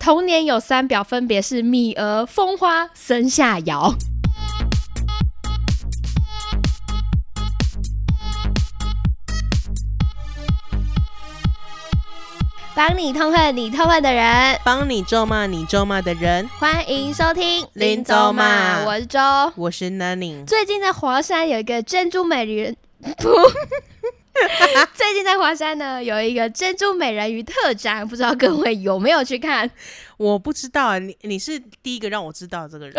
同年有三表，分别是米儿、风花、生下瑶。帮你痛恨你痛恨的人，帮你咒骂你咒骂的人，欢迎收听《林州骂我是周。我是 Nanny。最近在华山有一个珍珠美人， 不，最近在华山呢有一个珍珠美人鱼特展，不知道各位有没有去看？我不知道啊，你你是第一个让我知道这个人。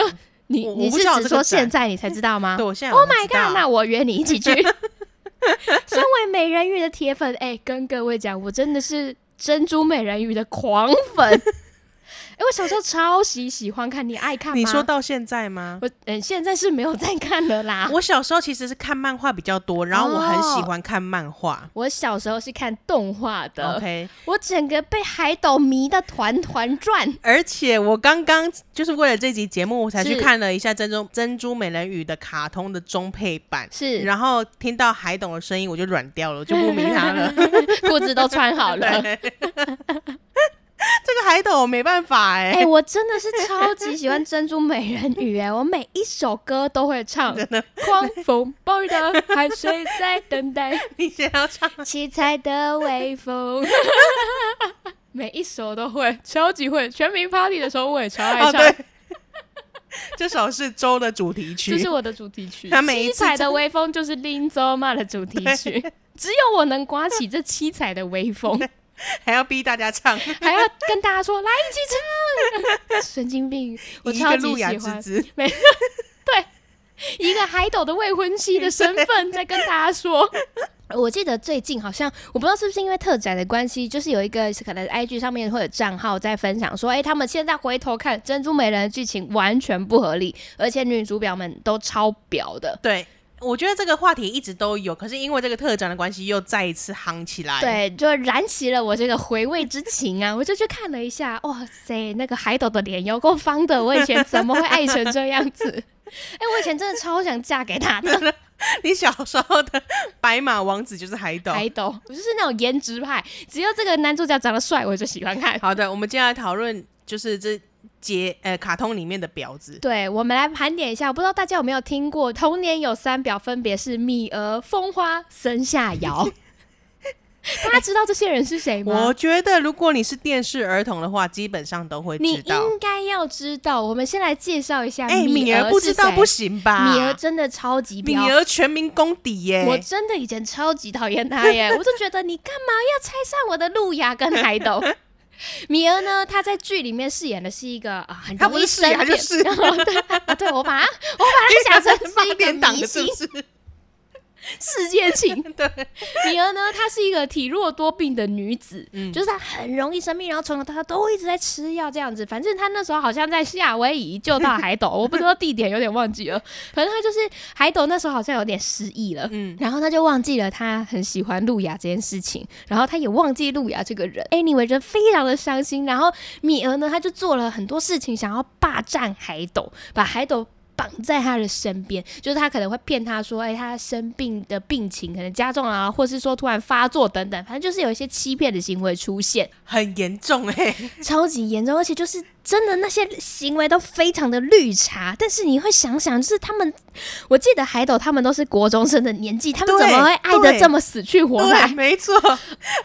你我你我不是知道只这个说展现在你才知道吗对，？我现在 Oh 我 my 知道 god！那我约你一起 去。 身为美人鱼的铁粉，哎、跟各位讲，我真的是珍珠美人鱼的狂粉。 哎、我小时候超级喜欢看，你爱看吗？你说到现在吗？我，嗯、现在是没有在看了啦。我小时候其实是看漫画比较多，然哦后我很喜欢看漫画。我小时候是看动画的 OK，我整个被海斗迷的团团转。而且我刚刚就是为了这集节目，我才去是看了一下珍珠珍珠美人鱼的卡通的中配版，是，然后听到海董的声音，我就软掉了，我就不迷他了。裤子都穿 好 了。对这个海斗我没办法哎、哎、 我真的是超级喜欢《珍珠美人鱼》哎，我每一首歌都会唱。 狂风暴雨的海水在等待， 你先要唱，七彩的微风。每一首都会，超级会。全民 Party 的时候我也超爱哦唱，对， 这首是周的主题曲，这是我的主题曲。他每一七次彩的微风就是《林州骂》的主题曲，只有我能刮起这七彩的微风， 还要逼大家唱，还要跟大家说来一起 唱。神经病，我以一个超级路喜雅欢。之姿，以一个海斗的未婚妻的身份在跟大家说。 我记得最近好像我不知道是不是因为特展的关系，就是有一个可能 IG 上面会有账号在分享说，哎、他们现在回头看《珍珠美人》的剧情完全不合理，而且女主角们都超婊的。对。我觉得这个话题一直都有，可是因为这个特展的关系，又再一次夯起来。，对，就燃起了我这个回味之情啊！我就去看了一下，哇塞，那个海斗的脸有够方的，我以前怎么会爱成这样子？ 哎、我以前真的超想嫁给他的。你小时候的白马王子就是海斗。海斗，我就是那种颜值派，只要这个男主角长得帅，我就喜欢看。好的，我们接下来讨论就是这节呃卡通里面的婊 子。对，我们来盘点一下，我不知道大家有没有听过，童年有三表，分别是米儿、风花、生下瑶。 大家知道这些人是谁吗我？觉得如果你是电视儿童的话，基本上都会你知道。应该要知道。我们先来介绍一下哎、米敏儿儿不知道不啊行行吧？米儿真的超级敏彪，儿全民公敌耶、我真的以前超级讨厌他 耶，我就觉得你干嘛要拆散我的路亚跟海 斗？米儿呢，她在剧里面饰演的是一个啊，很他不容易是生是病他，就是 啊，对我把它我把它想成是一个点档迷的，是信不是？世界情。 对，米儿呢，她是一个体弱多病的女子，嗯就是她很容易生病，然后从小到大都一直在吃药这样子。反正她那时候好像在夏威夷救到海 斗，我不知道地点，有点忘记了。反正她就是海斗那时候好像有点失忆了，嗯，然后他就忘记了他很喜欢路亚这件事情，然后他也忘记路亚这个人。Anyway，就非常的伤心。然后米儿呢，他就做了很多事情，想要霸占海斗，把海斗。绑在他的身边，就是他可能会骗他说，哎、他生病的病情可能加重了啊，或是说突然发作等等，反正就是有一些欺骗的行为出现。很严重哎、 超级严重，而且就是真的那些行为都非常的绿茶。但是你会想想，就是他们，我记得海斗他们都是国中生的年纪，他们对怎么会爱的对这么死去活对，来？没错，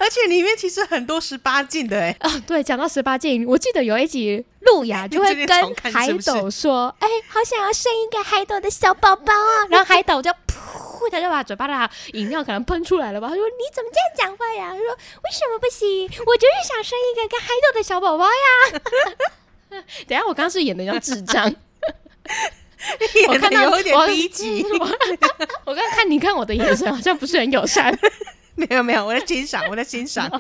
而且里面其实很多十八禁的哎、哦，对，讲到十八禁，我记得有一集路雅就会 你这边重跟看海是不是斗说：“哎、好想要生一个海斗的小宝宝 啊！”然后海斗就噗，他就把嘴巴的饮料可能喷出来了吧？他说：“你怎么这样讲话呀？”他说：“为什么不行？我就是想生一个跟海斗的小宝宝呀！” 等一下，我刚刚是演的像智障。 我演看 的到有 一我点 低级。我刚看你看我的眼神好像不是很友善，没有没有，我在欣赏，我在 欣赏。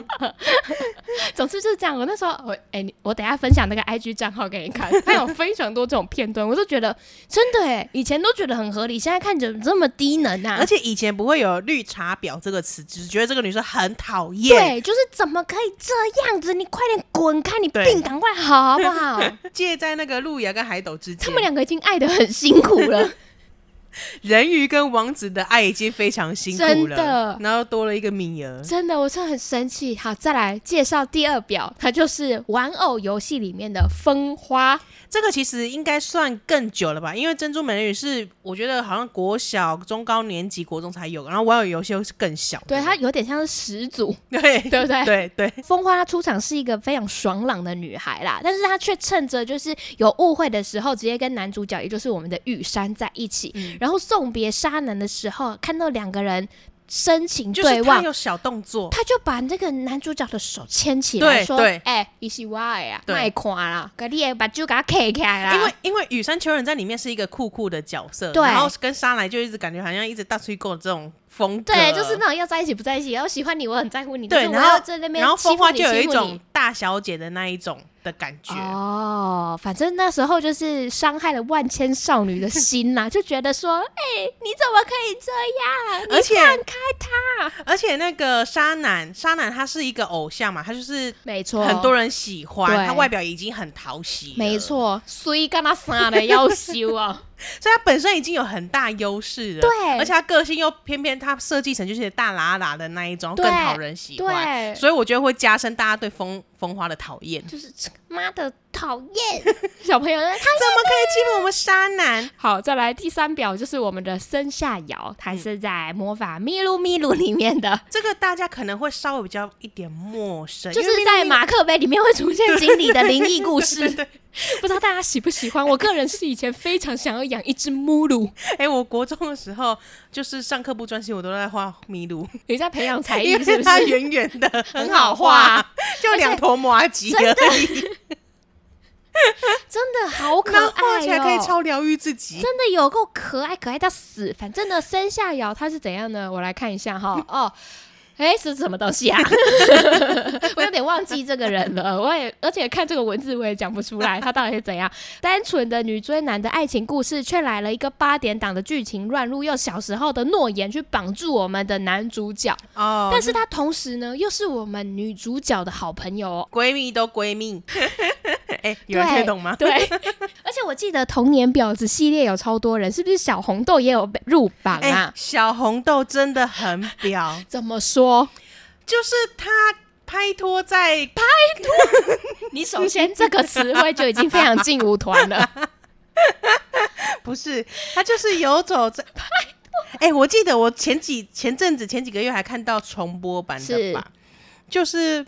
总之就是这样。我那时候我哎、你我等一下分享那个 IG 账号给你看， 它有非常多这种片段，我就觉得真的哎、以前都觉得很合理，现在看着这么低能啊而！且以前不会有“绿茶婊”这个词，只觉得这个女生很讨厌。对，就是怎么可以这样子？你快点滚开！你对病赶快好 不好？介在那个路亚跟海斗之间， 他们两个已经爱的很辛苦了，人鱼跟王子的爱已经非常辛苦了，真的然后多了一个米儿，真的，我是很生气。好，再来介绍第二表，它就是玩偶游戏里面的风花。这个其实应该算更久了吧，因为珍珠美人鱼是我觉得好像国小、中高年级、国中才有，然后玩偶游戏是更小的，对，它有点像是始祖， 对对不对？对对，风花她出场是一个非常爽朗的女孩啦，但是她却趁着就是有误会的时候，直接跟男主角，也就是我们的玉山在一起。嗯然后送别沙男的时候，看到两个人深情就是对他望，有小动作，他就把那个男主角的手牵起来，对说对：“哎、伊是我的啊，对卖看啦，把你的把酒给他 K 开啦。”因为因为羽山秋人在里面是一个酷酷的角色，啊对然后跟沙来就一直感觉好像一直大吹够这种风格，对，就是那种要在一起不在一起，然后喜欢你，我很在乎你，对但是然我后要在那边然后欺负风花你就有一欺负种你大小姐的那一种的感觉，哦，反正那时候就是伤害了万千少女的心呐、就觉得说，哎、你怎么可以这样？而且看开而且那个沙男，沙男他是一个偶像嘛，他就是没错，很多人喜对欢，他外表已经很讨喜，没，错，以干他啥的要修啊。所以他本身已经有很大优势了，对而且他个性又偏偏他设计成就是大喇喇的那一种，对更讨人 喜欢，对，所以我觉得会加深大家对风风花的讨厌，怎就是妈的讨 厌小朋友。他么可以欺负我们沙男？好，再来第三表就是我们的森下遥，他是在魔法咪噜咪噜里面的，这个大家可能会稍微比较一点陌生，就因为是在马克杯里面会出现经理的灵异故事，对 不知道大家喜不喜欢？我个人是以前非常想要养一只母乳，哎、我国中的时候就是上课不专心，我都在画麋鹿，你在培养才 艺因是为不它是？圆圆的，很很好好画画，就两坨麻吉而已，真的好可然后爱画起来可以哦、超疗愈自己。真的有够可爱，可爱到死。反正呢，生下瑶它是怎样呢？我来看一下 哈。哦，哎，是什么东 西啊？我有点忘记这个人了。我也而且看这个文字我也讲不出来，他到底是怎样？ 单纯的女追男的爱情故事，却来了一个八点档的剧情乱入，用小时候的诺言去绑住我们的男主角。哦但是她同时呢，又是我们女主角的好朋友哦。闺蜜都闺蜜，哎、有人听得懂吗？对， 而且我记得童年婊子系列有超多人，是不是小红豆也有被入榜哎、啊？小红豆真的很表， 怎么说？就是她拍拖在你首先这个词汇就已经非常劲舞团了，不是，他就是游 走在。哎、我记得我前几前阵子前几个月还看到重播版的吧，就是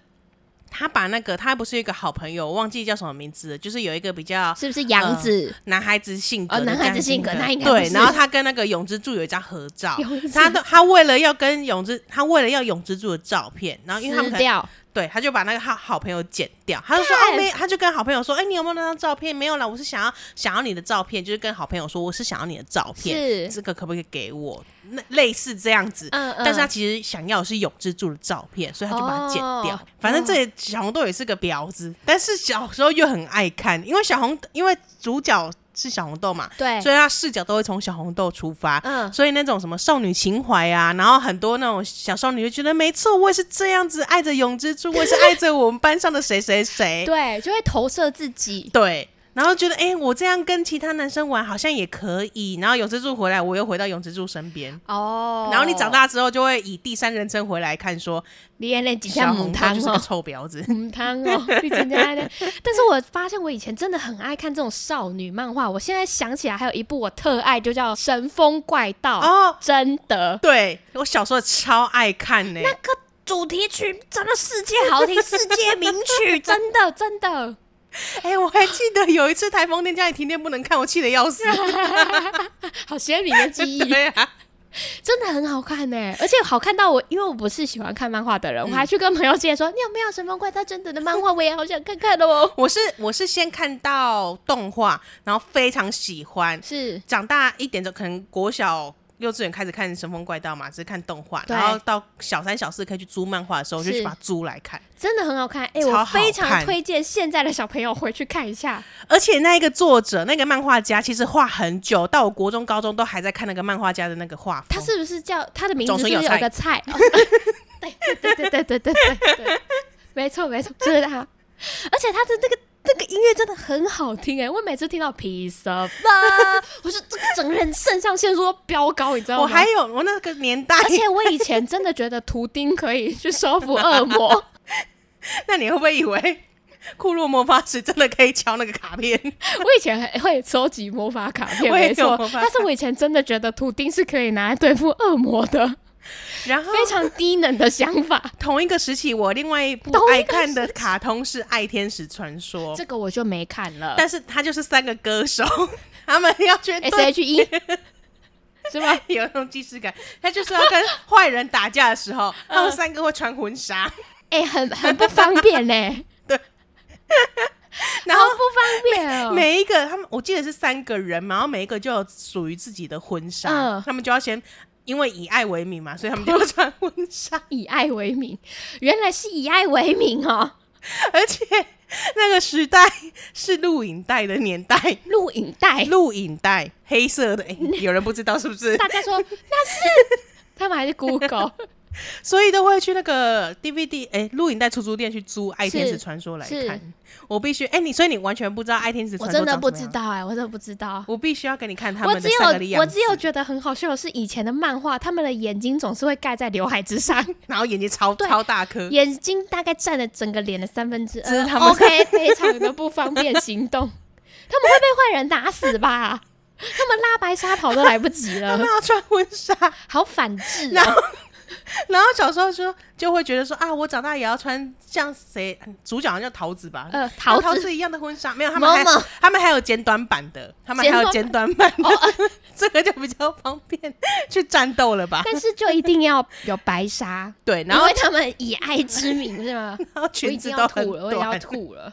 他把那个他不是有一个好朋友，忘记叫什么名字了，就是有一个比较 是不是？杨子、男孩子性格哦的这男样子、孩子性格那应该不对，是然后他跟那个永之助有一张合照 永之。嗯他都他为了要跟永之，他为了要永之助的照片，然后因为他们撕可能掉，对，他就把那个好好朋友剪掉，他就说干哦没，他就跟好朋友说，哎、你有没有那张照片？没有啦，我是想要想要你的照片，就是跟好朋友说我是想要你的照片，是，这个可不可以给我？那类似这样子。嗯嗯但是他其实想要的是永之助的照片，所以他就把它剪掉。哦反正这小红豆也是个婊子，但是小时候又很爱看，因为小红因为主角是小红豆嘛，对，所以他视角都会从小红豆出发。嗯，所以那种什么少女情怀啊，然后很多那种小少女就觉得没错，我也是这样子爱着永之助，我也是爱着我们班上的谁谁谁，对，就会投射自己。对。然后觉得，哎、我这样跟其他男生玩好像也可以。然后永之助回来，我又回到永之助身边。哦，然后你长，大之后，就会以第三人称回来看说，你也练几下小母红豆汤就是个哦。臭 婊子。母汤哦，你真的爱的。 但是我发现我以前真的很爱看这种少女漫画，我现在想起来还有一部我特爱，就叫《神风怪盗》哦，真的，对我小时候超爱看呢、那个主题曲真的世界好听，世界名曲， 真的真的。哎、我还记得有一次台风天家里停电不能看，我气得要死。好鲜明的记忆， 对啊，真的很好看呢、而且好看到我，因为我不是喜欢看漫画的人，我还去跟朋友借说，你有没有《神风怪盗》真的的漫画？我也好想看看哦。我是我是先看到动画，然后非常喜欢。是长大一点就可能国小、幼稚园开始看《神风怪盗》嘛，只是看动画，对然后到小三、小四可以去租漫画的时候，我就是去把它租来看。真的很好看，哎、超我好非常看推荐现在的小朋友回去看一下。而且那一个作者、那个漫画家，其实画很久，到我国中、高中都还在看那个漫画家的那个画风。他是不是叫他的名字总是不是是哦有有个菜？哦 对对对对对对对对，没错没错，就是他。而且他的那个那个音乐真的很好听哎、我每次听到 piece of love，我是这个整个人肾上腺素都飙高，你知道吗？我还有我那个年代， 而且我以前真的觉得图钉可以去收服恶 魔， 那你会不会以为库洛魔法使真的可以敲那个卡 片？我以前还会收集魔法卡片，我也有没错魔。法卡但是我以前真的觉得图钉是可以拿来对付恶魔的， 然后非常低能的想法。同一个时期，我另外一部同一个爱看的卡通是《爱天使传说》，这个我就没看了。但是它就是三个歌手， 他们要去 S 对 H E 是吗？有那种既视感，他就是要跟坏人打架的时候，他们三个会穿婚纱，哎、很很不方便呢、 然后好不方便哦、每一个他们，我记得是三个人嘛，然后每一个就有属于自己的婚纱，嗯他们就要先因为以爱为名嘛，所以他们就要穿婚纱，以爱为名，原来是以爱为名哦、而且 那个时代是录影带的年代，录影带，录影带黑色的、诶有人不知道是不是？大家说那 是他们还是 Google 所以都会去那个 DVD 哎、录影带出租店去租《爱天使传说》来看是。我必须哎、你所以你完全不知道《爱天使我传说》真的长不什么知样，道哎、我真的不知道。我必须要给你看他我们只的三个有样我子只有觉得很好笑的是，以前的漫画，他们的眼睛总是会盖在刘海之上，然后眼睛超对超大 颗，眼睛大概占了整个脸的三分之这二是他们，OK，非常的不方便行动。他们会被坏人打死吧？他们拉白沙跑都来不及 他们了，要穿婚纱，好反智然啊！后。 然后小时候就就会觉得说啊，我长大也要穿像谁主角好像叫桃子吧，呃，像桃桃子子一样的婚纱，没有他们还某某他们还有剪短版的，他们还剪有哦剪短版的， 这个就比较方便去战斗了吧？但是就一定要有白纱，对，因然后为他们以爱之名是吗？然后我已 裙子经都要很吐了，我也要短，吐 了。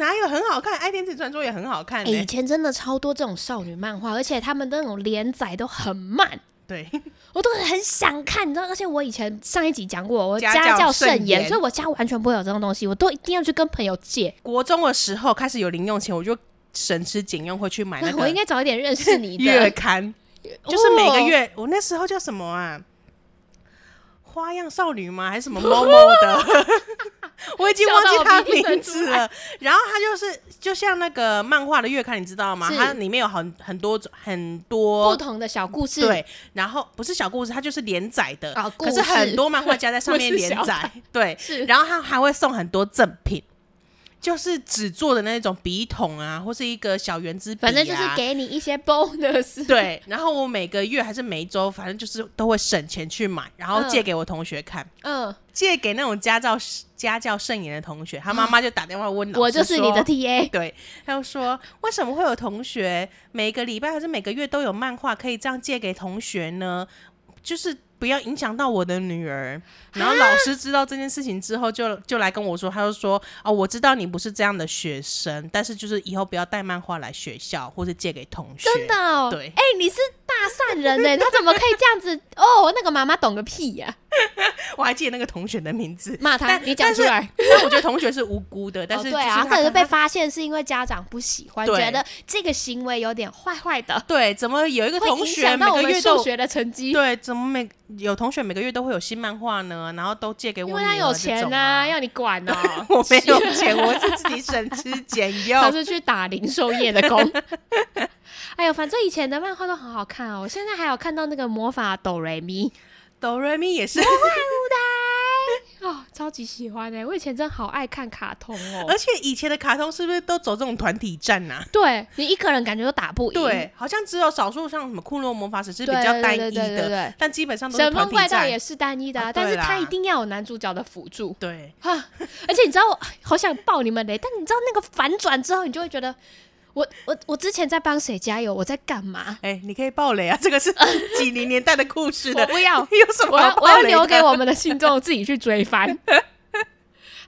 哪有很好看？《爱天使传说》也很好看欸哎、呢、以前真的超多这种少女漫画，而且他们的那种连载都很慢，对， 我都很想看，你知道？而且我以前上一集讲过，我家家教教甚甚严，严所以我家完全不会有这种东西，我都一定要去跟朋友借。国中的时候开始有零用钱，我就省吃俭用会去买那我应个该早一点认识你的， 月刊，就是每个哦月、我那时候叫什么啊？花样少女吗？还是什么某某 的？我已经忘记他名字笑到了。然后他就是就像那个漫画的月刊，你知道吗？是它里面有很很多种很不多同的小故事，对，然后不是小故事，它就是连载的。啊，故可事是很多漫画家在上 面不是小连载，对，是然后他还会送很多赠品，就是纸做的那种笔筒啊，或是一个小圆珠笔、啊，反正就是给你一些 bonus。对。然后我每个月还是每一周，反正就是都会省钱去买，然后嗯借给我同学看，嗯，借给那种家教家教甚严的同学，他妈妈就打电话问老师、哦我就是你的。TA， 对，他就说为什么会有同学每个礼拜还是每个月都有漫画可以这样借给同学呢？就是不要影响到我的女儿。然后老师知道这件事情之后就，就来跟我说，他就说哦，我知道你不是这样的学生，但是就是以后不要带漫画来学校或是借给同学。真的、哦，对哎、你是大善人呢、 他怎么可以这样子？哦，那个妈妈懂个屁呀、我还记得那个同学的名字。骂他，但你讲出来。但我觉得同学是无辜的，但哦是对就啊，是他可能被他发现是因为家长不喜欢，对觉得这个行为有点坏坏的，对，怎么有一个会同影学响每到我个们月都数有学的成绩。对，怎么每有同学每个月都会有新漫画呢？然后都借给我因女为儿这种啊，他有钱呐、要你管哦、 我没有钱，我是自己省 吃俭他用。是去打零售业的工。 哎呦，反正以前的漫画都很好看哦，我现在还有看到那个魔法哆瑞咪哆瑞咪也是， 哦，超级喜欢哎、我以前真好爱看卡通哦而。且以前的卡通是不是都走这种团体战呐、啊？ 对你一个人感觉都打不赢，对，好像只有少数像什么库洛魔法使是对，比较对单一对对对的，对但基本上都是神团风体怪盗也战。是单一的、啊，啊但是对啦他一定要有男主角的辅助。 对，啊！而且你知道我，好想爆你们雷，但你知道那个反转之后，你就会觉得，我我我之前在帮谁加油，我在干嘛？哎、你可以爆雷啊！这个 是几零年代的故事我的，不要， 有什么我要好我爆要雷留的给我们的信众自己去追番，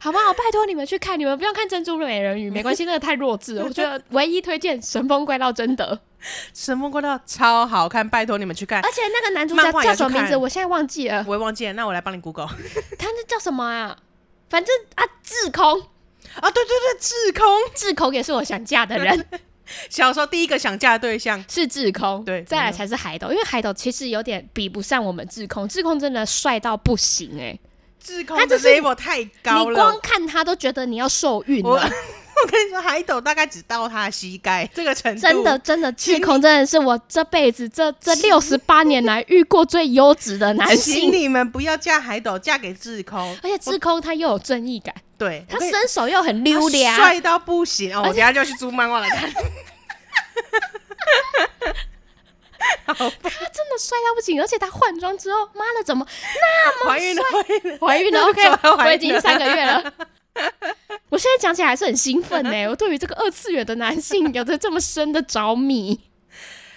好不好？拜托你们去看，你们不用看《珍珠美人 鱼》，没关系，那个太弱智了。我觉得唯一推荐《神风怪盗 贞德 神风怪盗》超好看，拜托你们去》，看。而且那个男主漫角画也叫要去什么名字？看我现在忘记了，我也忘记了，那我来帮你 Google。 他那叫什么啊？反正啊，志空，啊，对对对，智空，志空也是我想嫁的 人，小时候第一个想嫁的对象，是志空，对再来没错才是海斗，因为海斗其实有点比不上我们志空，志空真的帅到不行哎、智空他的只是 level 太高你了光。看他都觉得你要受孕我了，我跟你说，海斗大概只到他的膝盖这个程度，真的，真的，请巨孔真的是我这辈子这这六十八年来遇过最优质的男请性，你们不要嫁海斗，嫁给志空。而且志空他又有正义感，对，他我跟你身手又很溜他达，帅到不行哦！我等一下就去租 漫画来看。他真的帅到不行，而且他换装之后，妈的，怎么那么 怀孕了，怀孕了，怀孕 了？OK，怎么怀孕了我已经三个月 了。我现在讲起来还是很兴奋呢、我对于这个二次元的男性有着这么深的着迷。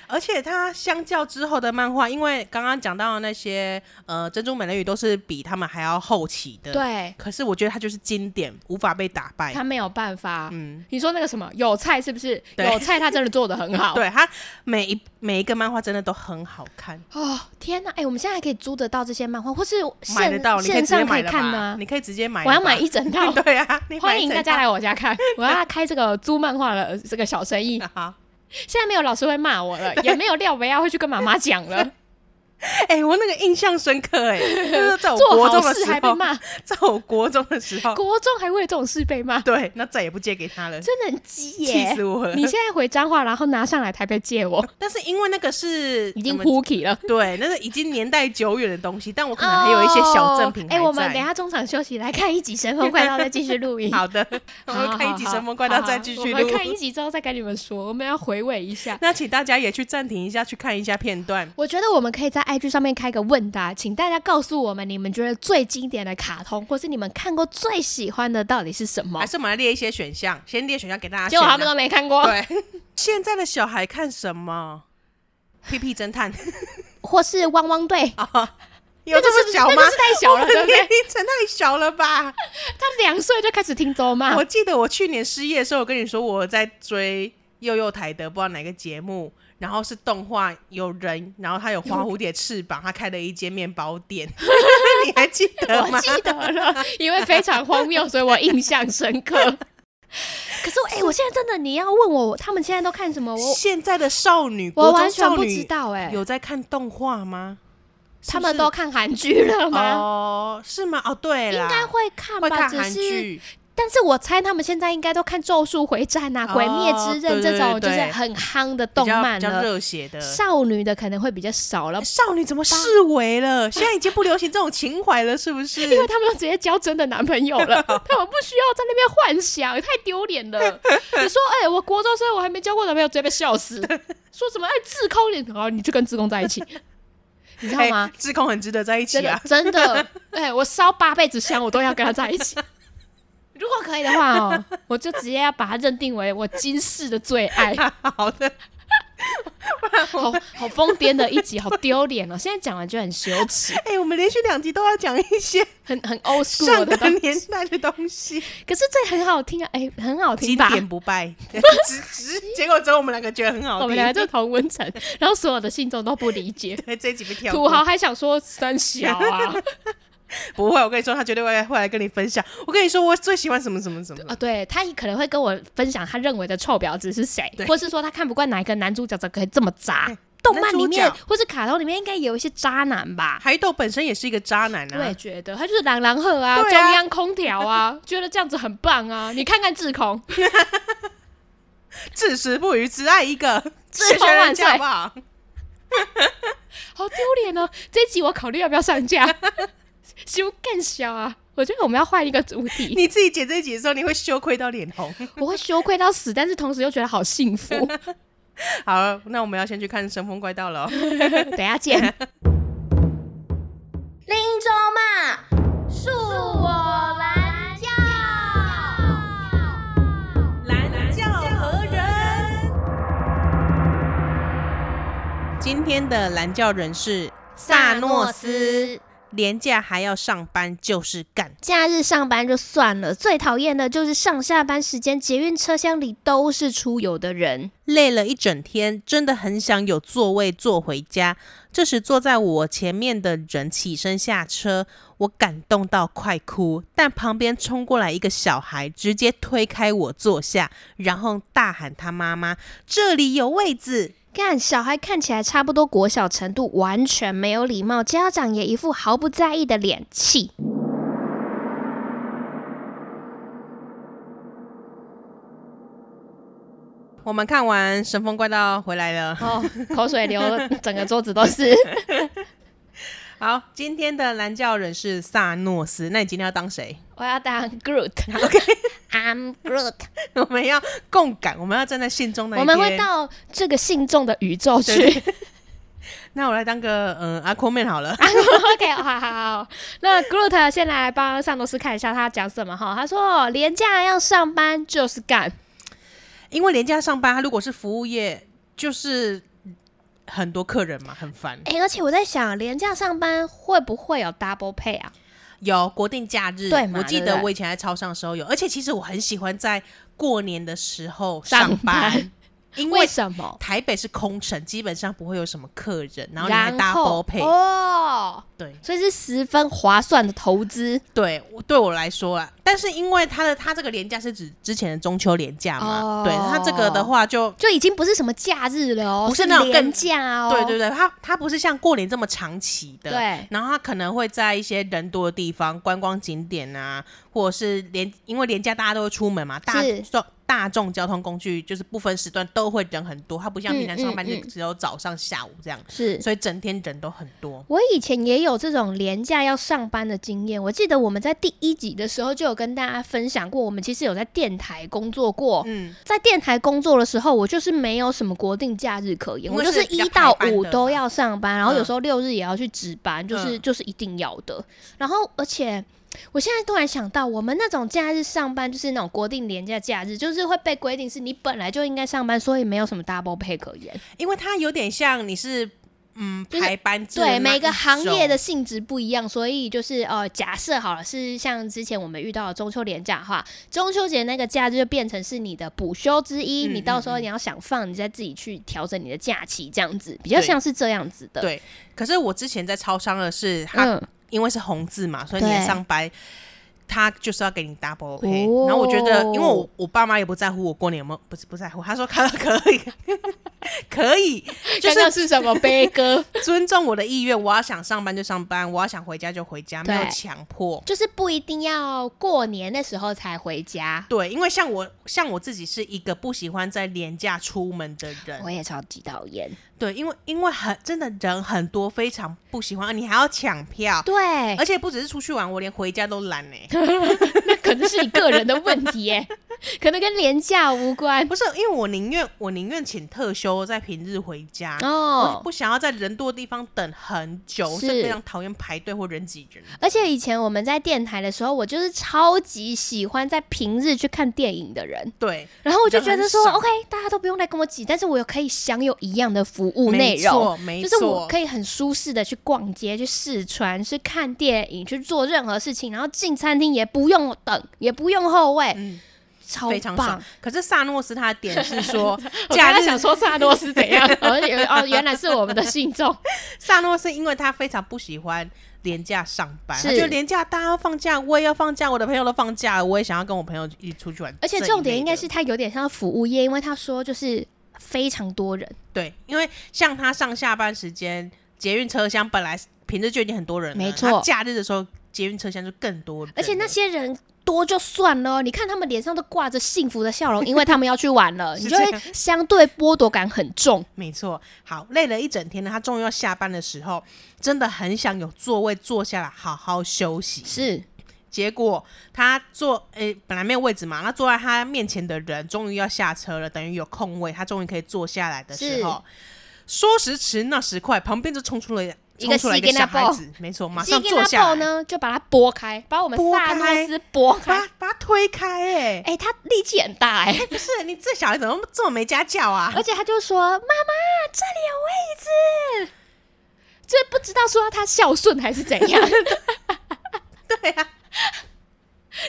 而且他相较之后的漫画，因为刚刚讲到的那些呃珍珠美人鱼都是比他们还要后期的，。对可是我觉得他就是经典，无法被打败。他没有办法。嗯，你说那个什么有菜是不是？对有菜他真的做的很 好。对他每一每一个漫画真的都很好看，哦，天哪！哎、我们现在还可以租得到这些漫画，或是买得线到，你可以线直接上可买以了看吧？吗？你可以直接买了吧，我要买一整套。 对啊，你买欢一迎整大家套。来我家 看，我要开这个租漫画的呃这个小生意。好，现在没有老师会骂我了，也没有廖维亚会去跟妈妈讲 了。哎、我那个印象深刻、 哎，就是在我做国中好的事时还被候， 骂，在我国中的时候，国中还为了这种事被骂，对，那再也不借给他了，真的很鸡气耶！死我了你。现在回彰化，然后拿上来台北借我， 但是因为那个是已怎经么 hooky 了。对，那是已经年代久远的东西，但我可能还有一些小赠品哦还哎、在。我们等一下中场休息来看一集《神风快道》，再继续录 音。好的，我好，们看一集《神魔怪盗》再继续好好录我。们看一集之后再跟你们说，我们要回味一 下。那请大家也去暂停一下，去看一下片段。我觉得我们可以在 IG 上面开个问答，请大家告诉我们你们觉得最经典的卡通，或是你们看过最喜欢的到底是什么还？是我们来列一些选项，先列选项给大家结选果啊。他们都没看过，对，现在的小孩看什么？屁屁侦 探或是汪汪队，啊，有这么小那吗个？是太小了，对不年对？龄层太小了吧？他两岁就开始听周骂我，记得我去年失业的时候，我跟你说我在追幼幼台的不知道哪个节目，然后是动画有人，然后他有花蝴蝶翅膀，他开了一间面包店， 你还记得 我吗？记得了，因为非常荒谬，所以我印象深刻。 可是我，哎、我现在真的，你要问我，他们现在都看什么？我现在的少女，我国完中全少不知女道、哎，有在看动画吗？是不他们是都看韩剧了吗？哦，是吗？哦，对应啦，该会看会吧，看只韩是，剧，但是我猜他们现在应该都看《咒术回战》啊，哦《鬼灭之刃》对这种对就对是对很夯的比动较漫比较了。热血的。少女的可能会比较少了，少女怎么视为了？现在已经不流行这种情怀了，是不是？ 因为他们都直接交真的男朋友 了，他们不需要在那边幻想，太丢脸了。你说，哎、我国中生我还没交过男朋友，直接被笑死。说什么哎，自控力好，你就跟自控在一起，你知道 哎吗？志空很值得在一起真的啊！真的，哎、我烧八辈子香，我都要跟他在一起。 如果可以的话哦，我就直接要把他认定为我今世的最 爱。好的，好好疯癫的一集，好丢脸哦！现在讲完就很羞 耻，哎、我们连续两集都要讲一些很很 old school 上的个东西。年代的东西， 可是这很好听啊，哎、很好听经吧？典 不败。只只结果只有我们两个觉得很好听。我们俩就同温层，然后所有的信众都不理 解。对哎这一集被跳土过。豪还想说三小啊不会，我跟你说，他绝对会会来跟你分享。我跟你说，我最喜欢什么什么什么。啊，对他可能会跟我分享他认为的臭婊子是谁，对或是说他看不惯哪一个男主角怎么可以这么渣哎。动漫里男面主或是卡通里面应该有一些渣男吧？海斗本身也是一个渣男我也啊，觉得他就是朗朗鹤啊，中对啊央空调啊，觉得这样子很棒啊。你看看志孔，至死不渝，只爱一个， 自谢谢从人万家岁好不好？好丢脸哦！这一集我考虑要不要上 架，修更小啊！我觉得我们要换一个主题，你自己剪这一集的时候，你会羞愧到脸红。 我会羞愧到死，但是同时又觉得好幸福。好了，那我们要先去看《神风怪盗》 了哦。等一下见。林州骂，恕我蓝教。蓝教何人？今天的蓝教人是萨诺斯，廉价还要上班就是干。假日上班就算了，最讨厌的就是上下班时间，捷运车厢里都是出游的人。累了一整天，真的很想有座位坐回家。这时坐在我前面的人起身下车，我感动到快哭。但旁边冲过来一个小孩，直接推开我坐下，然后大喊他妈妈：“这里有位子看小孩看起来差不多国小程度，完全没有礼貌，家长也一副毫不在意的脸，气。我们看完《神风怪盗》回来了。哦，口水流，整个桌子都是。好，今天的蓝教人是萨诺斯，那你今天要当谁？ 我要当 Groot。 OK， I'm Groot。我们要共感，我们要站在信中那一我们会边哦到这个信众的宇宙对去。那我来当个嗯阿阔妹好了。 OK，好好好。那 Groot 先来帮萨诺斯看一下他讲什么哈。他说：“廉价要上班就是干，因为廉价上班，他如果是服务业，就是很多客人嘛，很烦。哎、而且我在想，廉价上班会不会有 double pay 啊？有国定假日，对嘛我记对不得对我以前在超商的时候有，而且其实我很喜欢在过年的时候上班，班 因为为什么？台北是空城，基本上不会有什么客人，然后你还然 double 后 pay，、哦，对所以是十分划算的投资对，我对我来说啊，但是因为他的他这个廉价是指之前的中秋廉价嘛，哦对他这个的话就。就已经不是什么假日了哦，不是那种廉更价哦，对对对，他他不是像过年这么长期的，对然后他可能会在一些人多的地方、观光景点啊，或者是连因为廉价大家都会出门嘛，大是众大众交通工具就是不分时段都会人很多，他不像嗯平常上班嗯就嗯只有早上、下午这样，是。所以整天人都很多。我以前也有这种廉价要上班的经验，我记得我们在第一集的时候就有跟大家分享过，我们其实有在电台工作过。嗯，在电台工作的时候，我就是没有什么国定假日可言，因我为就是是比较一到排班五的都嘛要上班，然后有嗯时候六日也要去值班，就是嗯就是一定要的。然后而且。我现在突然想到，我们那种假日上班就是那种国定年假假日，就是会被规定是你本来就应该上班，所以没有什么 double pay 可言。因为它有点像你是嗯就是排班制的那对一种，每个行业的性质不一样，所以就是呃，假设好了是像之前我们遇到的中秋连假的话，中秋节那个假日就变成是你的补休之一，嗯你嗯到时候嗯你要想放，你再自己去调整你的假期，这样子比较对像是这样子的。，对。可是我之前在超商的是，它嗯，因为是红字嘛，所以你对也上班，他就是要给你 double pay、哦然后我觉得，因为我我爸妈也不在乎我过年有没有，不是不在乎，他说看到可以， 可以，就刚刚是是什么悲 歌？尊重我的意愿，我要想上班就上班，我要想回家就回家，没对有强迫。就是不一定要过年的时候才回家。对，因为像我像我自己是一个不喜欢在廉价出门的人我，也超级讨厌，对，因为因为很真的人很多，非常不喜欢，你还要抢票，对，而且不只是出去玩，我连回家都懒欸呢、那 可能是你个人的问题 耶，可能跟廉价无关不是，因为我宁愿我宁愿请特休，在平日回家，我哦。不想要在人多的地方等很久，是是非常讨厌排队或人挤人。而且以前我们在电台的时候，我就是超级喜欢在平日去看电影的人，对，然后我就觉得说人很少，OK，大家都不用来跟我挤，但是我又可以享有一样的服务内没容。错，没就错，是我可以很舒适的去逛街、去试穿、去看电影、去做任何事情，然后进餐厅也不用等，也不用后位，嗯，超非常爽棒。。，可是萨诺斯他的点是说 我刚假刚日想说萨诺斯怎样，哦，原 哦原来是我们的 信众，萨诺斯，因为他非常不喜欢廉价上班，是他就廉价大家要放假，我也要放假，我的朋友都放假了，我也想要跟我朋友一起出去玩。而且这一重点类应该的是他有点像服务业，因为他说就是非常多人，对，因为像他上下班时间，捷运车厢本来平日就已经很多人了，没错他假日的时候捷运车厢就更多人了，而且那些人多就算了，哦你看他们脸上都挂着幸福的 笑容，因为他们要去玩了，是你就会这样相对剥夺感很重。没错，好累了一整天呢，他终于要下班的时候，真的很想有座位坐下来好好休息。是，结果他坐，诶、本来没有位置嘛，那坐在他面前的人终于要下车了，等于有空位，他终于可以坐下来的时候，说时迟那时快，旁边就冲出了一冲个出来一个西吉纳小孩布子，没错，马基上给坐拉下爆来，呢，就把它拨开，把我们拨萨开啊诺斯拨开。把把他推开、诶。哎、他力气很大 哎、不是你这小孩怎么这么没家教啊而？且他就说：“妈妈，这里有位置。”这不知道说他孝顺还是 怎样，呃对啊，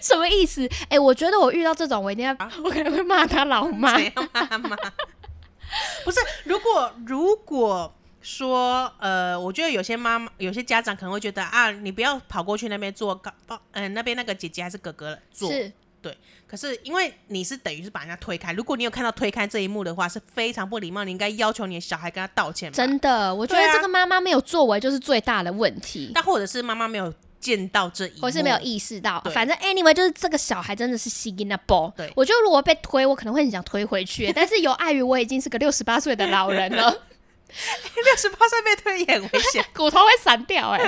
什么意思？哎、我觉得我遇到这种，我一定要，我可能会骂他老妈。怎样啊妈妈？ 不是，如果如果说呃，我觉得有些妈妈、有些家长可能会觉得啊，你不要跑过去那边坐，搞帮嗯、那边那个姐姐还是哥哥坐。是，可是因为你是等于是把人家推开，如果你有看到推开这一幕的话，是非常不礼貌，你应该要求你的小孩跟他道歉吧。真的，我觉对得啊这个妈妈没有作为就是最大的问题。那或者是妈妈没有见到这一幕，我是没有意识到，对反正 anyway 就是这个小孩真的是吸引那波。对我觉得如果被推，我可能会很想推 回去，但是有碍于我已经是个六十八岁的老人了， 六十八岁被推也很危险。骨头会散掉、哎，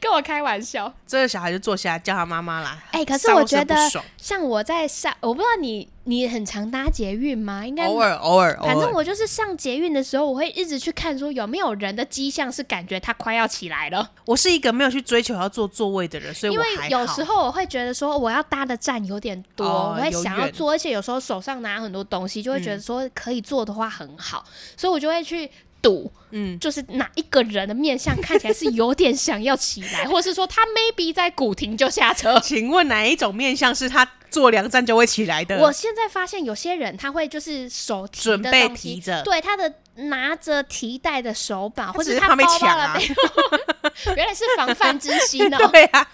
跟我开玩 笑。这个小孩就坐下来叫他妈妈啦。哎、可是稍我不觉得不爽像我在上，我不知道你你很常搭捷运吗？应该偶尔偶尔，偶尔反正我就是上捷运的时候，我会一直去看说有没有人的迹象是感觉他快要起来了，我是一个没有去追求要坐座位的人，所以因我为还有好时候我会觉得说我要搭的站有点多，哦我会有想要远嗯坐，而且有时候手上拿很多东西，就会觉得说可以坐的话很好，所以我就会去。赌嗯，就是哪一个人的面相看起来是有点想要起来，或是说他 maybe 在古亭就下车，请问哪一种面相是他坐两站就会起来的？我现在发现有些人他会就是手提的准备东西提着对他的拿着提袋的手把，或只者是他怕被包包抢的啊背包，原来是防范之 心哦。对啊，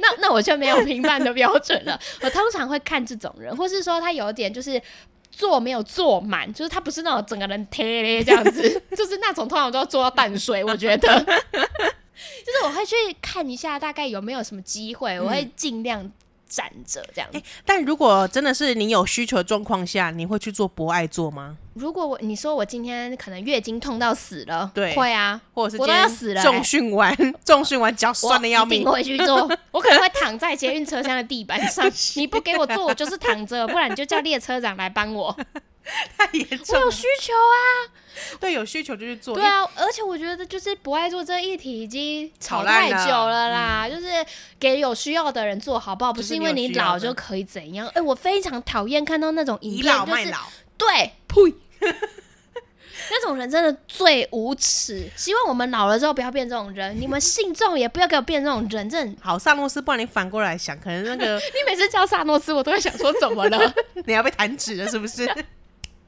那那我就没有评判的标准了。我通常会看这种人，或是说他有点就是。坐没有坐满，就是他不是那种整个人贴咧这样子，就是那种通常都要坐到淡水，我觉得。 就是我会去看一下大概有没有什么机会，我会嗯尽量站着这样子。但如果真的是你有需求的状况下，你会去做博爱座吗？如果我你说我今天可能月经痛到死了，对会啊，或者是我今都要天死了欸重训完， 重训完脚酸的要命我，一定会去 做，我可能会躺在捷运车厢的地板上，你不给我坐，我就是躺着，不然你就叫列车长来 帮我。太严 重我有了。需求啊，对，有需求就去做。对啊，而且我觉得就是不爱做这一题已经吵吵烂太了久了啦，就是给有需要的人做好不好？不嗯就是是因你为有你需要老的就可以怎样？哎、我非常讨厌看到那种因为影倚片，老就卖是老，对，呸！ 那种人真的最无耻。希望我们老了之后不要变这种人，你们信众也不要给我变这种人。真的，好，萨诺斯，不然你反过来想，可能那个你每次叫萨诺斯，我都会想说怎么了 你要被弹指了，是不是？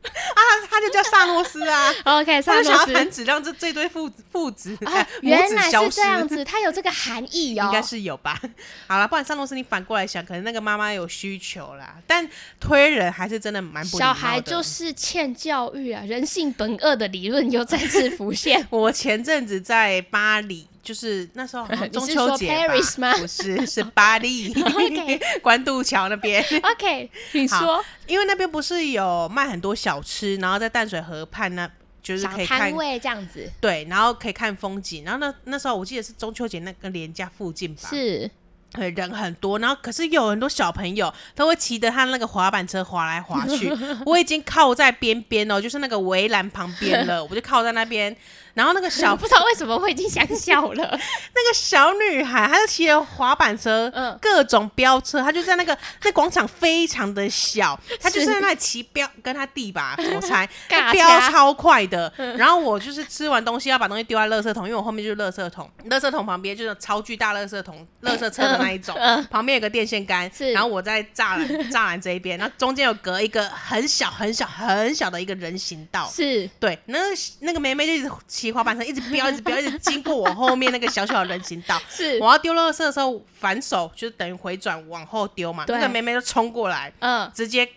啊，他就叫萨诺斯啊， ？OK，萨他 就想诺要斯弹指，让这这对父父子、啊哎，母原子来消是失这。样子，它有这个含义哦应。该是有吧。 好了，不然萨诺斯，你反过来想，可能那个妈妈有需求啦，但推人还是真的蛮不礼貌小孩的。就是欠教育啊，人性本恶的理论又再次浮现 我前阵子在巴黎，就是那时 候好像你 中是秋节吧，说 Paris 吗不是，是巴黎 OK 关渡桥那边， OK，你说因为那边不是有卖很多小吃，然后在淡水河畔那就是小可以看摊。位这样子对，然后可以看风景，然后那那时候我记得是中秋节那个连假附近吧，是呃人很多，然后可是有很多小朋友都会骑着他那个滑板车滑来滑去。我已经靠在边边哦，就是那个围栏旁边了，我就靠在那边。然后那个小我不知道为什么我已经想笑 了。那个小女孩，她就骑着滑板车，嗯各种飙车，她就在那个 那广场非常的小，她就是是在那里骑飙，跟她弟吧，我猜 尬掐嗯飙超快的。然后我就是吃完东西要把东西丢在垃圾桶，因为我后面就是垃圾桶，嗯垃圾桶旁边就是超巨大垃圾桶，垃圾车的那一种，旁边有个电线杆，嗯是然后我在栅栏栅栏这一边，然后中间有隔一个很小很小很小的一个人行道，是对，那个那个妹妹就一直骑滑板车，一直飙，一直飙，一直经过我后面那个小小的人行道。是我，要丢垃圾的时候，反手就等于回转往后丢嘛。对那个妹妹就冲过来，嗯直接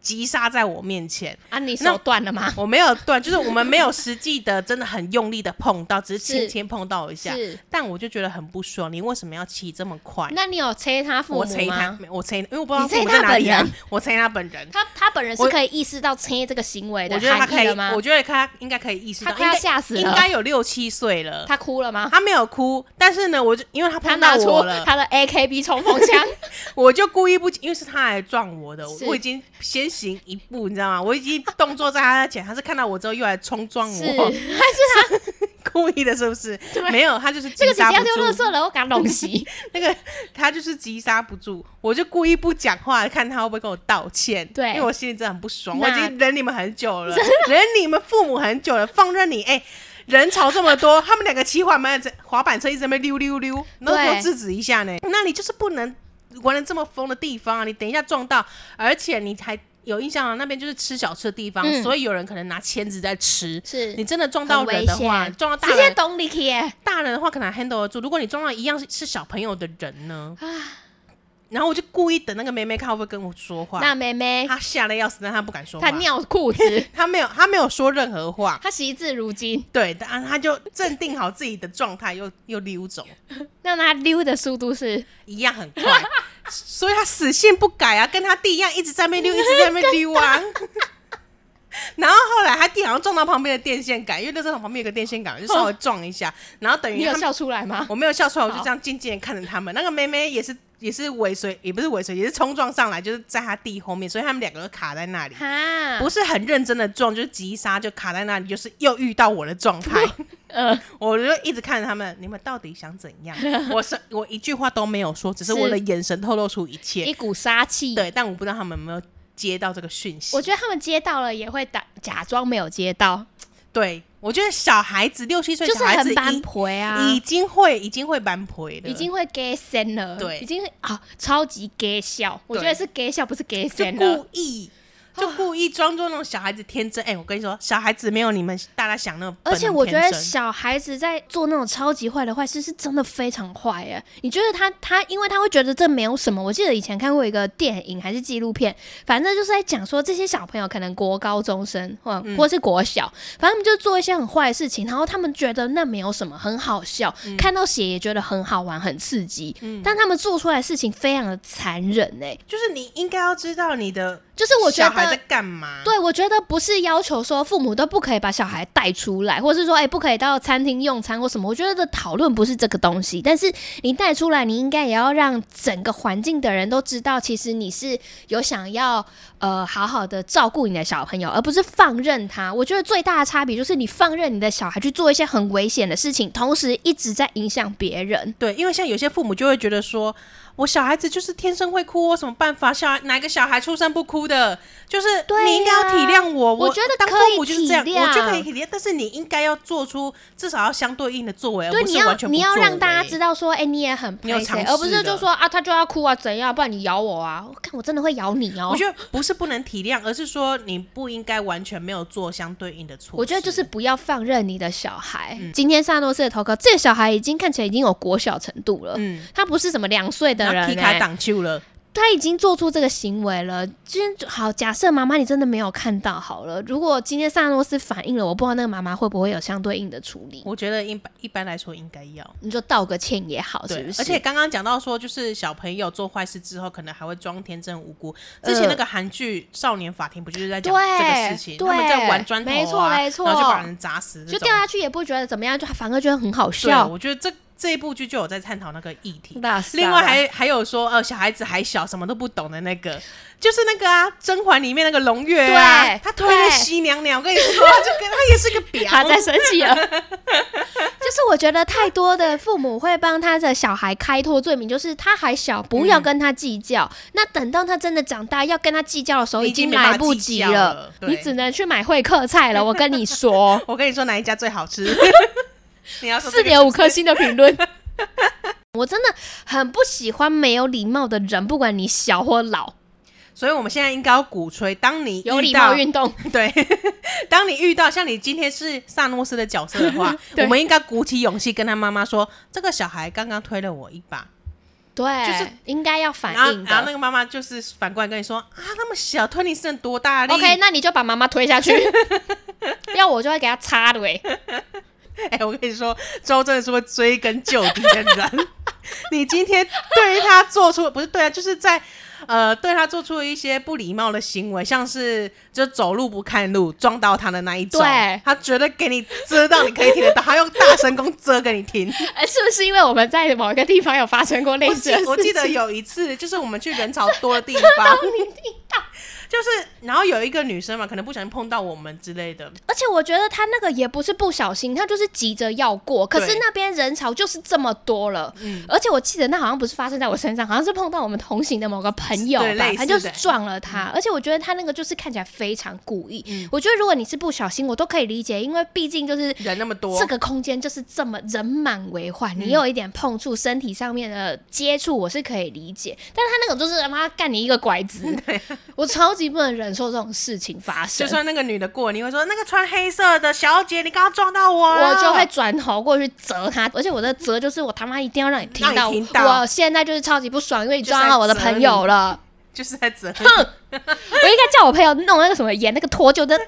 急刹在我面前。啊，你那手断了吗？我没有断，就是我们没有实际的，真的很用力的碰到，只是轻是轻碰到一下。是，但我就觉得很不爽，你为什么要骑这么快？那你有催他父母我吗？捶他，我捶，因为我不知道你父母捶在他哪里啊本人，我捶他本 人。他他本人我是可以意识到催这个行为我的觉得他含可义以了吗，？我觉得他应该可以意识到，他快要应该吓死了应该有六七岁了。他哭了吗？ 他没有哭，但是呢，我就因为他他碰到拿出我了，他的 AKB 冲锋 枪，我就故意不，因为是他来撞我的，是我已经先行一步，你知道吗？我已经动作在他前，他是看到我之后又来冲撞是我，还是他 故意的，是不是？对没有，他就是这急个姐刹姐不要丢垃住，圾了，我给他弄 死。那个他就是急刹不住，我就故意不讲话，看他会不会跟我道歉。对因为我心里真的很不爽，那我已经忍你们很久了，忍你们父母很久了，放任你哎。人潮这么多，他们两个骑滑板车，滑板车一直在那边溜溜溜，然后给我对制止一下呢。那你就是不能玩的这么疯的地方啊！你等一下撞到，而且你还有印象啊，那边就是吃小吃的地方，嗯所以有人可能拿签子在吃。是你真的撞到很危人的话，险撞到大直接人，懂你耶大人的话可能还 handle 得住。如果你撞到一样是是小朋友的人呢？啊！然后我就故意等那个妹妹看会不会跟我说话。那妹妹她吓得要死，但她不敢说话。，她尿裤子 她没有，她没有说任何话。她惜字如金。对，但她就镇定好自己的状态，又又溜走，那她溜的速度是一样 很快。所以她死性不改啊，跟她弟一样，一直在那边 溜，一直在那边溜啊。 然后后来她弟好像撞到旁边的电线杆，因为那时候旁边有个电线杆，就稍微撞一下。然后等于你有他们笑出来吗？ 我没有笑出来，我就这样静静的看着他们。那个妹妹也是也是尾随，也不是尾随，也是冲撞上来，就是在他弟后面，所以他们两个都卡在 那里，哈，不是，是很认真的撞，就是急刹就卡在那里，就是又遇到我的状态， 呃， 我就一直看着他们，你们到底想怎 样？我是我一句话都没有说，只是是我的眼神透露出一切一，股杀气。，对，但我不知道他们有没有接到这个讯息我。觉得他们接到了也会打假装没有接到，对，我觉得小孩子六七岁就是小孩子很已般婆啊，已经会已经会蛮婆了，已经会 gay 森了，对已经啊、超级 gay 笑，我觉得是 gay 笑，不是 gay 就森了故。意啊就故意装作那种小孩子天真。哎、我跟你说，小孩子没有你们大家想那么笨而且我觉得天真小孩子在做那种超级坏的坏事，是真的非常坏耶。你觉得他他，因为他会觉得这没有什么。我记得以前看过一个电影还是纪录片，反正就是在讲说这些小朋友可能国高中生或嗯或是国小，反正他们就做一些很坏的事情，然后他们觉得那没有什么，很好笑，嗯看到血也觉得很好玩、很刺激。但他们做出来的事情非常的残忍哎，就是你应该要知道你的就是我觉小孩得在干嘛。对，我觉得不是要求说父母都不可以把小孩带出来，或是说哎、不可以到餐厅用餐或什么。我觉得的讨论不是这个东西，但是你带出来，你应该也要让整个环境的人都知道，其实你是有想要呃好好的照顾你的小朋友，而不是放任他。我觉得最大的差别就是你放任你的小孩去做一些很危险的事情，同时一直在影响别人。对因为像有些父母就会觉得说，我小孩子就是天生会哭，我有什么办法？小孩哪个小孩出生不哭的？就是对你应该要呀体谅我。我我觉得当可以父母就是这样，体我就可谅以体谅，但是你应该要做出至少要相对应的作为，而对，呃不你是要完全不你要作让大家为知道说，哎、你也很你有拍谁尝，试而不是就的说啊，他就要哭啊，怎样？不然你咬我啊！我看我真的会咬你哦、我觉得不是不能体谅，而是说你不应该完全没有做相对应的措施。我觉得就是不要放任你的小孩。嗯今天萨诺斯的投稿，这个小孩已经看起来已经有国小程度了，嗯，他不是什么两岁的然后人、踢开欸挡球了，他已经做出这个行为了。今天就好，假设妈妈你真的没有看到好了，如果今天萨诺斯反应了，我不知道那个妈妈会不会有相对应的处理。我觉得一般一般来说应该要。你就道个歉也好，是对不，是？而且刚刚讲到说，就是小朋友做坏事之后，可能还会装天真无辜。之前那个韩剧《少年法庭》不就是在讲呃对这个事情？对他们在玩砖头、啊，没错没错然后就把人砸死这就种，掉下去也不会觉得怎么样，就反而觉得很好对，笑。我觉得这这一部剧就有在探讨那个议题。那是啊另外还还有说，呃，小孩子还小，什么都不懂的那个，就是那个啊，《甄嬛》里面那个胧月啊对，她推了对熹娘娘，我跟你说，就跟她也是个婊，他在生气了。 就是我觉得太多的父母会帮他的小孩开脱罪名，就是他还小，不要跟他计较。那等到他真的长大要跟他计较的时候，你已经经来不及没办法计较了对，你只能去买会客菜了。我跟你说我跟你说哪一家最好吃？ 你要说四这个点五颗星的评论。 我真的很不喜欢没有礼貌的人，不管你小或老，所以我们现在应该要鼓吹，当你有遇礼到貌运动。，对，当你遇到像你今天是萨诺斯的角色的话 对我们应该鼓起勇气跟他妈妈说，这个小孩刚刚推了我一把，对，就是应该要反然后应然后那的。个妈妈就是反过来跟你说啊，那么小推你是能多大力 OK，那你就把妈妈推下去，要我就会给他插的喂。哎、我跟你说，周真的是会追根究底的人。 你今天对他做出不是对啊，就是在呃对他做出一些不礼貌的行为，像是就走路不看路撞到他的那一种，对他绝对给你遮到，你可以听得到，他用大声公遮给你 听。哎，是不是因为我们在某一个地方有发生过类我似记的事情？我记得有一次，就是我们去人潮多的地方，就是然后有一个女生嘛，可能不小心碰到我们之类的，而且我觉得他那个也不是不小心，他就是急着要过，可是对嗯那边人潮就是这么多了。而且我记得那好像不是发生在我身上，好像是碰到我们同行的某个朋友对吧类，似他的嗯就是撞了他。而且我觉得他那个就是看起来非常故意。我觉得如果你是不小心，我都可以理解，因为毕竟就是人那么多，这个空间就是这么人满为嗯患，你有一点碰触身体 上面的接触，我是可以理解。但是他那种就是他妈干你一个拐子，我超级不能忍受这种事情发生就。算那个女的过，你会说那个穿黑色的小姐，你刚刚撞到我啊了，我就会转头过去责他，而且我的责就是我他妈一定要让你听让到，你听到我现在就是超级不爽，因为你就是在撞到我的责朋你友了。 就是在责你。我应该叫我朋友弄那个什么演那个脱臼的啊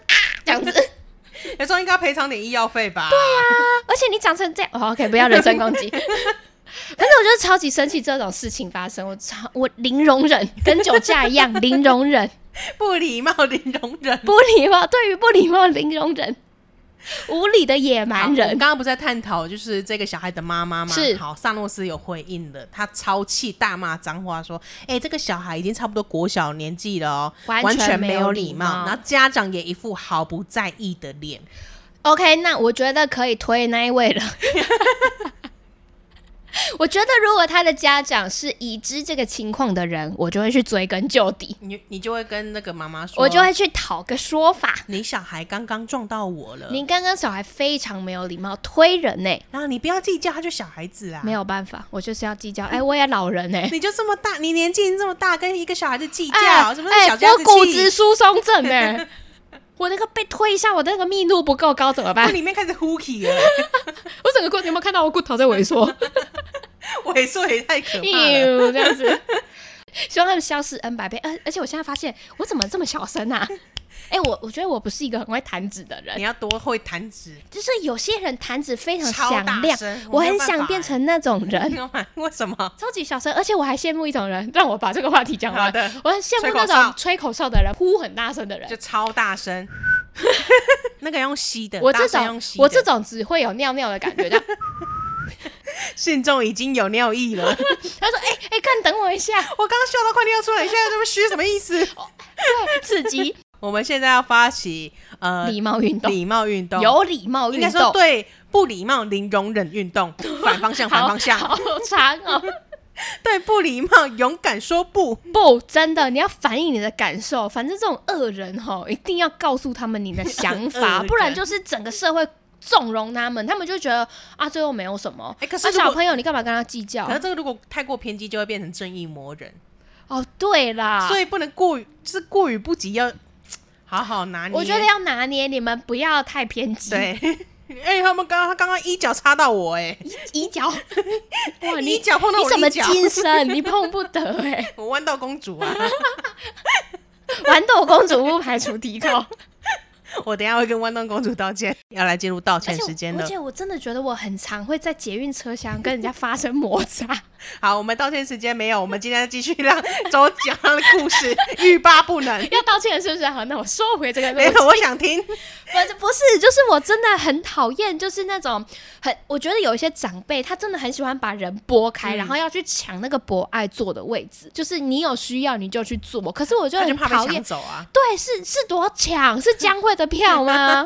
这样子，有时候应该赔偿点医药费吧？对呀、而且你长成这样、哦、，OK，不要人身攻 击。反正我就是超级生气这种事情发生，我超我零容忍，跟酒驾一样零 容忍，不礼貌零容忍。不礼貌，对于不礼貌零容忍，无理的野蛮好我们人，刚刚不是在探讨就是这个小孩的妈妈吗？是好，萨诺斯有回应的，他超气大骂脏话说：“哎、这个小孩已经差不多国小年纪了哦，完完全没没有礼礼貌然后家长也一副毫不在意的脸。 OK，那我觉得可以推那一位了。 我觉得如果他的家长是已知这个情况的人，我就会去追根究底，你你就会跟那个妈妈说，我就会去讨个说法。你小孩刚刚撞到我了，您刚刚小孩非常没有礼貌，推人呢、然后你不要计较，他就小孩子啊啦，没有办法，我就是要计嗯较。哎、我也老人呢、你就这么大，你年纪已经这么大，跟一个小孩子计较，哎什么是小哎家我子骨气质疏松症呢、 我那个被推一下，我那个密度不够高怎么办 这？里面开始呼气了， 我整个过程有没有看到我骨头在萎缩？萎缩也太 可怕了。哎呦，这样子， 希望他们消失 n 百倍。而、而且我现在发现，我怎么这么小 声啊？哎、我我觉得我不是一个很会弹指的你人，要多会弹指，就是有些人弹指非常超响大亮，声，我没有很办想法变欸。 成那种人。为什么？超级小声，而且我还羡慕一种人，让我把这个话题 讲好完。的，我很羡慕吹口那种哨吹口哨的人，呼很大声的人就。超大声。 那个用吸的，我大这声种用吸的。我这种只会有尿尿的 感觉的。信众已经有尿 意了，我他说：“哎、哎、看，等我一下，刚刚笑到快尿出来，你现在这么虚什么意思？ 对，刺激我们现在要发起 呃礼貌运动，礼貌运动，有礼貌应运动该，说对不礼貌零容忍运 动，反方向反好方向，好长哦。 对不礼貌勇敢说不。不，真的，你要反映你的感受。反正这种恶人哈，一定要告诉他们你的想 恶法，人不然就是整个社会纵容他们，他们就觉得啊，这又没有什么。哎，可啊，是如小果嗯朋友，你干嘛跟他计较可？是这个如果太过偏激，就会变成正义魔人，哦，对啦，所以不能过于就是过于不及，要好好拿捏。我觉得要拿捏，你们不要太偏激。对， 哎、他们刚刚他刚刚一脚插到我、一 脚，哇，哎，你一脚碰到你我什一么脚，精神？你碰不得哎、 我豌豆公主啊！ 豌豆公主不排除提 高。我等一下会跟豌豆公主道歉，要来进入道而歉且时间我了而。且我真的觉得我很常会在捷运车厢跟人家发生摩擦。 好，我们道歉时间没有，我们今天继续让周讲他的故事，欲罢不 能。要道歉是不是？好，那我收回这个没路有，我想听。不是不是，就是我真的很讨厌，就是那种很，我觉得有一些长辈他真的很喜欢把人拨嗯开，然后要去抢那个博爱坐的位置，就是你有需要你就去做，可是我就他就很怕被讨抢厌。走啊！对，是是多抢？是江惠的 票吗？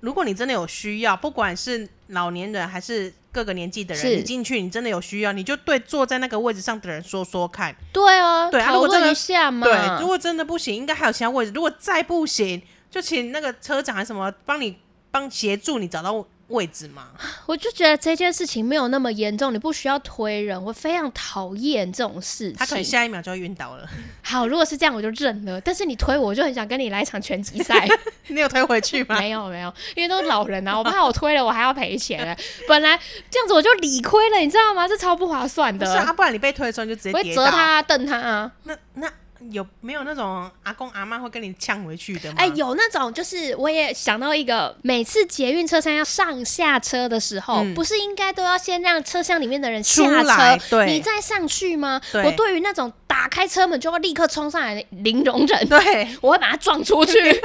如果你真的有需要，不管是老年人还是各个年纪的是人，你进去你真的有需要，你就对坐在那个位置上的人说说看。对啊，对啊讨如果真论的一下嘛。对，如果真的不行，应该还有其他位置。如果再不行，就请那个车长还是什么帮你帮协助你找到位置 嘛。我就觉得这件事情没有那么严重，你不需要推人，我非常讨厌这种事他可能情。下一秒就会晕倒了， 好，如果是这样我就认了，但是你推我，我就很想跟你来一场拳击 赛。你有推回去吗？ 没有没有，因为都是老 人啊，我怕我推了我还要赔钱、啊本来这样子我就理亏了，你知道吗？这超不划算不是啊，的，不然你被推的时候你就直接我会跌责倒。他啊瞪他啊。那那有没有那种阿公阿妈会跟你呛回去的吗？哎、有那种就是我也想到一个，每次捷运车厢要上下车的时候，嗯不是应该都要先让车厢里面的人出下来车，，你对再上去吗？对我对于那种打开车门就要立刻冲上来的零容忍，对，我会把他撞出去，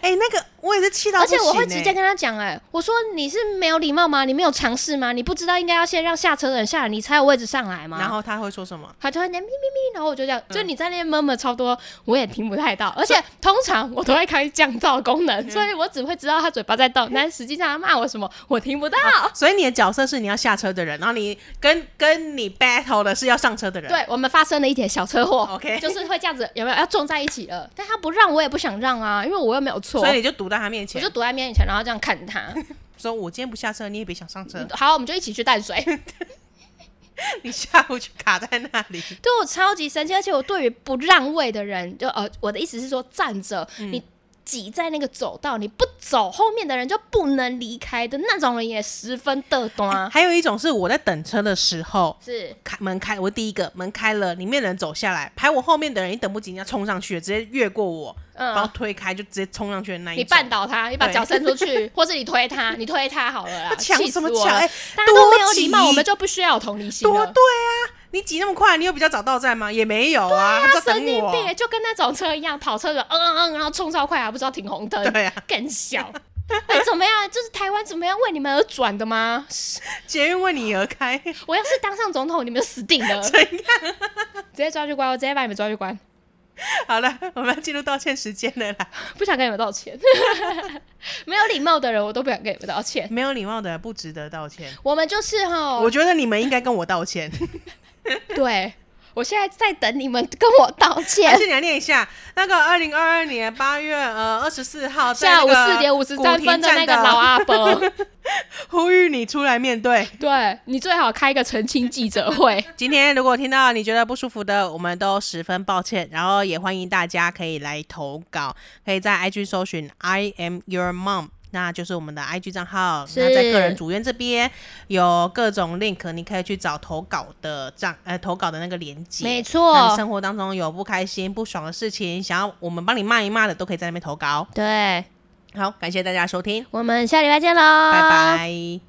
哎，那个我也是气到而不行且欸，我会直接跟他讲，哎，我说你是没有礼貌吗？你没有尝试吗？你不知道应该要先让下车的人下来，你才有位置上来吗？然。后嗯他会说什么？他就会那边咪咪咪，然后我就这样，就你在那边闷闷超多，我也听不太到，而且通常我都会开降噪功嗯能，所以我只会知道他嘴巴在动，但实际上他骂我什么我听不到。所以你的角色是你要下车的人，然后你跟跟你 battle 的是要上车的人。对我们发生了一点小车祸 OK 就是会这样子，有没有要撞在一起了？但他不让，我也不想让啊，因为我又没有错所，以你就堵在他面我前就，躲在面前，然后这样看他。 说：“我今天不下车，你也别想上车。”好，我们就一起去淡水。你下午就卡在那里，对我超级生气，而且我对于不让位的人，就呃，我的意思是说，站着、嗯你挤在那个走道，你不走，后面的人就不能离开的那种人，也十分的端、还有一种是我在等车的时候， 是开门开，我第一个门开了，里面人走下来，排我后面的人，你等不及，人家冲上去了，直接越过我，嗯把我推开，就直接冲上去的那一你种。绊倒他，你把对脚伸出去， 或是你推他，你推他好了啦， 他抢气死什么我抢？了哎、大家都没有多挤礼貌，我们就不需要有同理心多了对。啊！你挤那么快，你有比较早到站吗？也没有啊，他他在神等经我。病，就跟那种车一样，跑车的嗯嗯嗯，然后冲超快，还不知道停 红灯，对啊，更小。哎，怎么样？就是台湾怎么样为你们而转的吗？捷运为你而开， 我要是当上总统，你们就死定了！怎直接抓去关，我直接把你们抓去关， 好了，我们要进入道歉时间了啦。不想跟你们道歉。 没有礼貌的人，我都不想跟你们道歉。没有礼貌的人不值得道歉。我们就是哈，我觉得你们应该跟我道 歉，对我现在在等你们跟我道而歉。且你来念一下那个二零二二年八月呃二十四号 在下午那个四点五十古三亭分的站那个老阿伯， 呼吁你出来面对。对你最好开一个澄清记者会。今天如果听到你觉得不舒服的，我们都十分抱歉。然后也欢迎大家可以来投稿，可以在 IG 搜寻 I am your mom。那就是我们的 IG 账号，是那在个人主页这边有各种 link，你可以去找投稿的账，呃，投稿的那个链接。没错那你生活当中有不开心、不爽的事情，想要我们帮你骂一骂的，都可以在那边投稿。哦对，好，感谢大家收听，我们下礼拜见喽，拜。拜。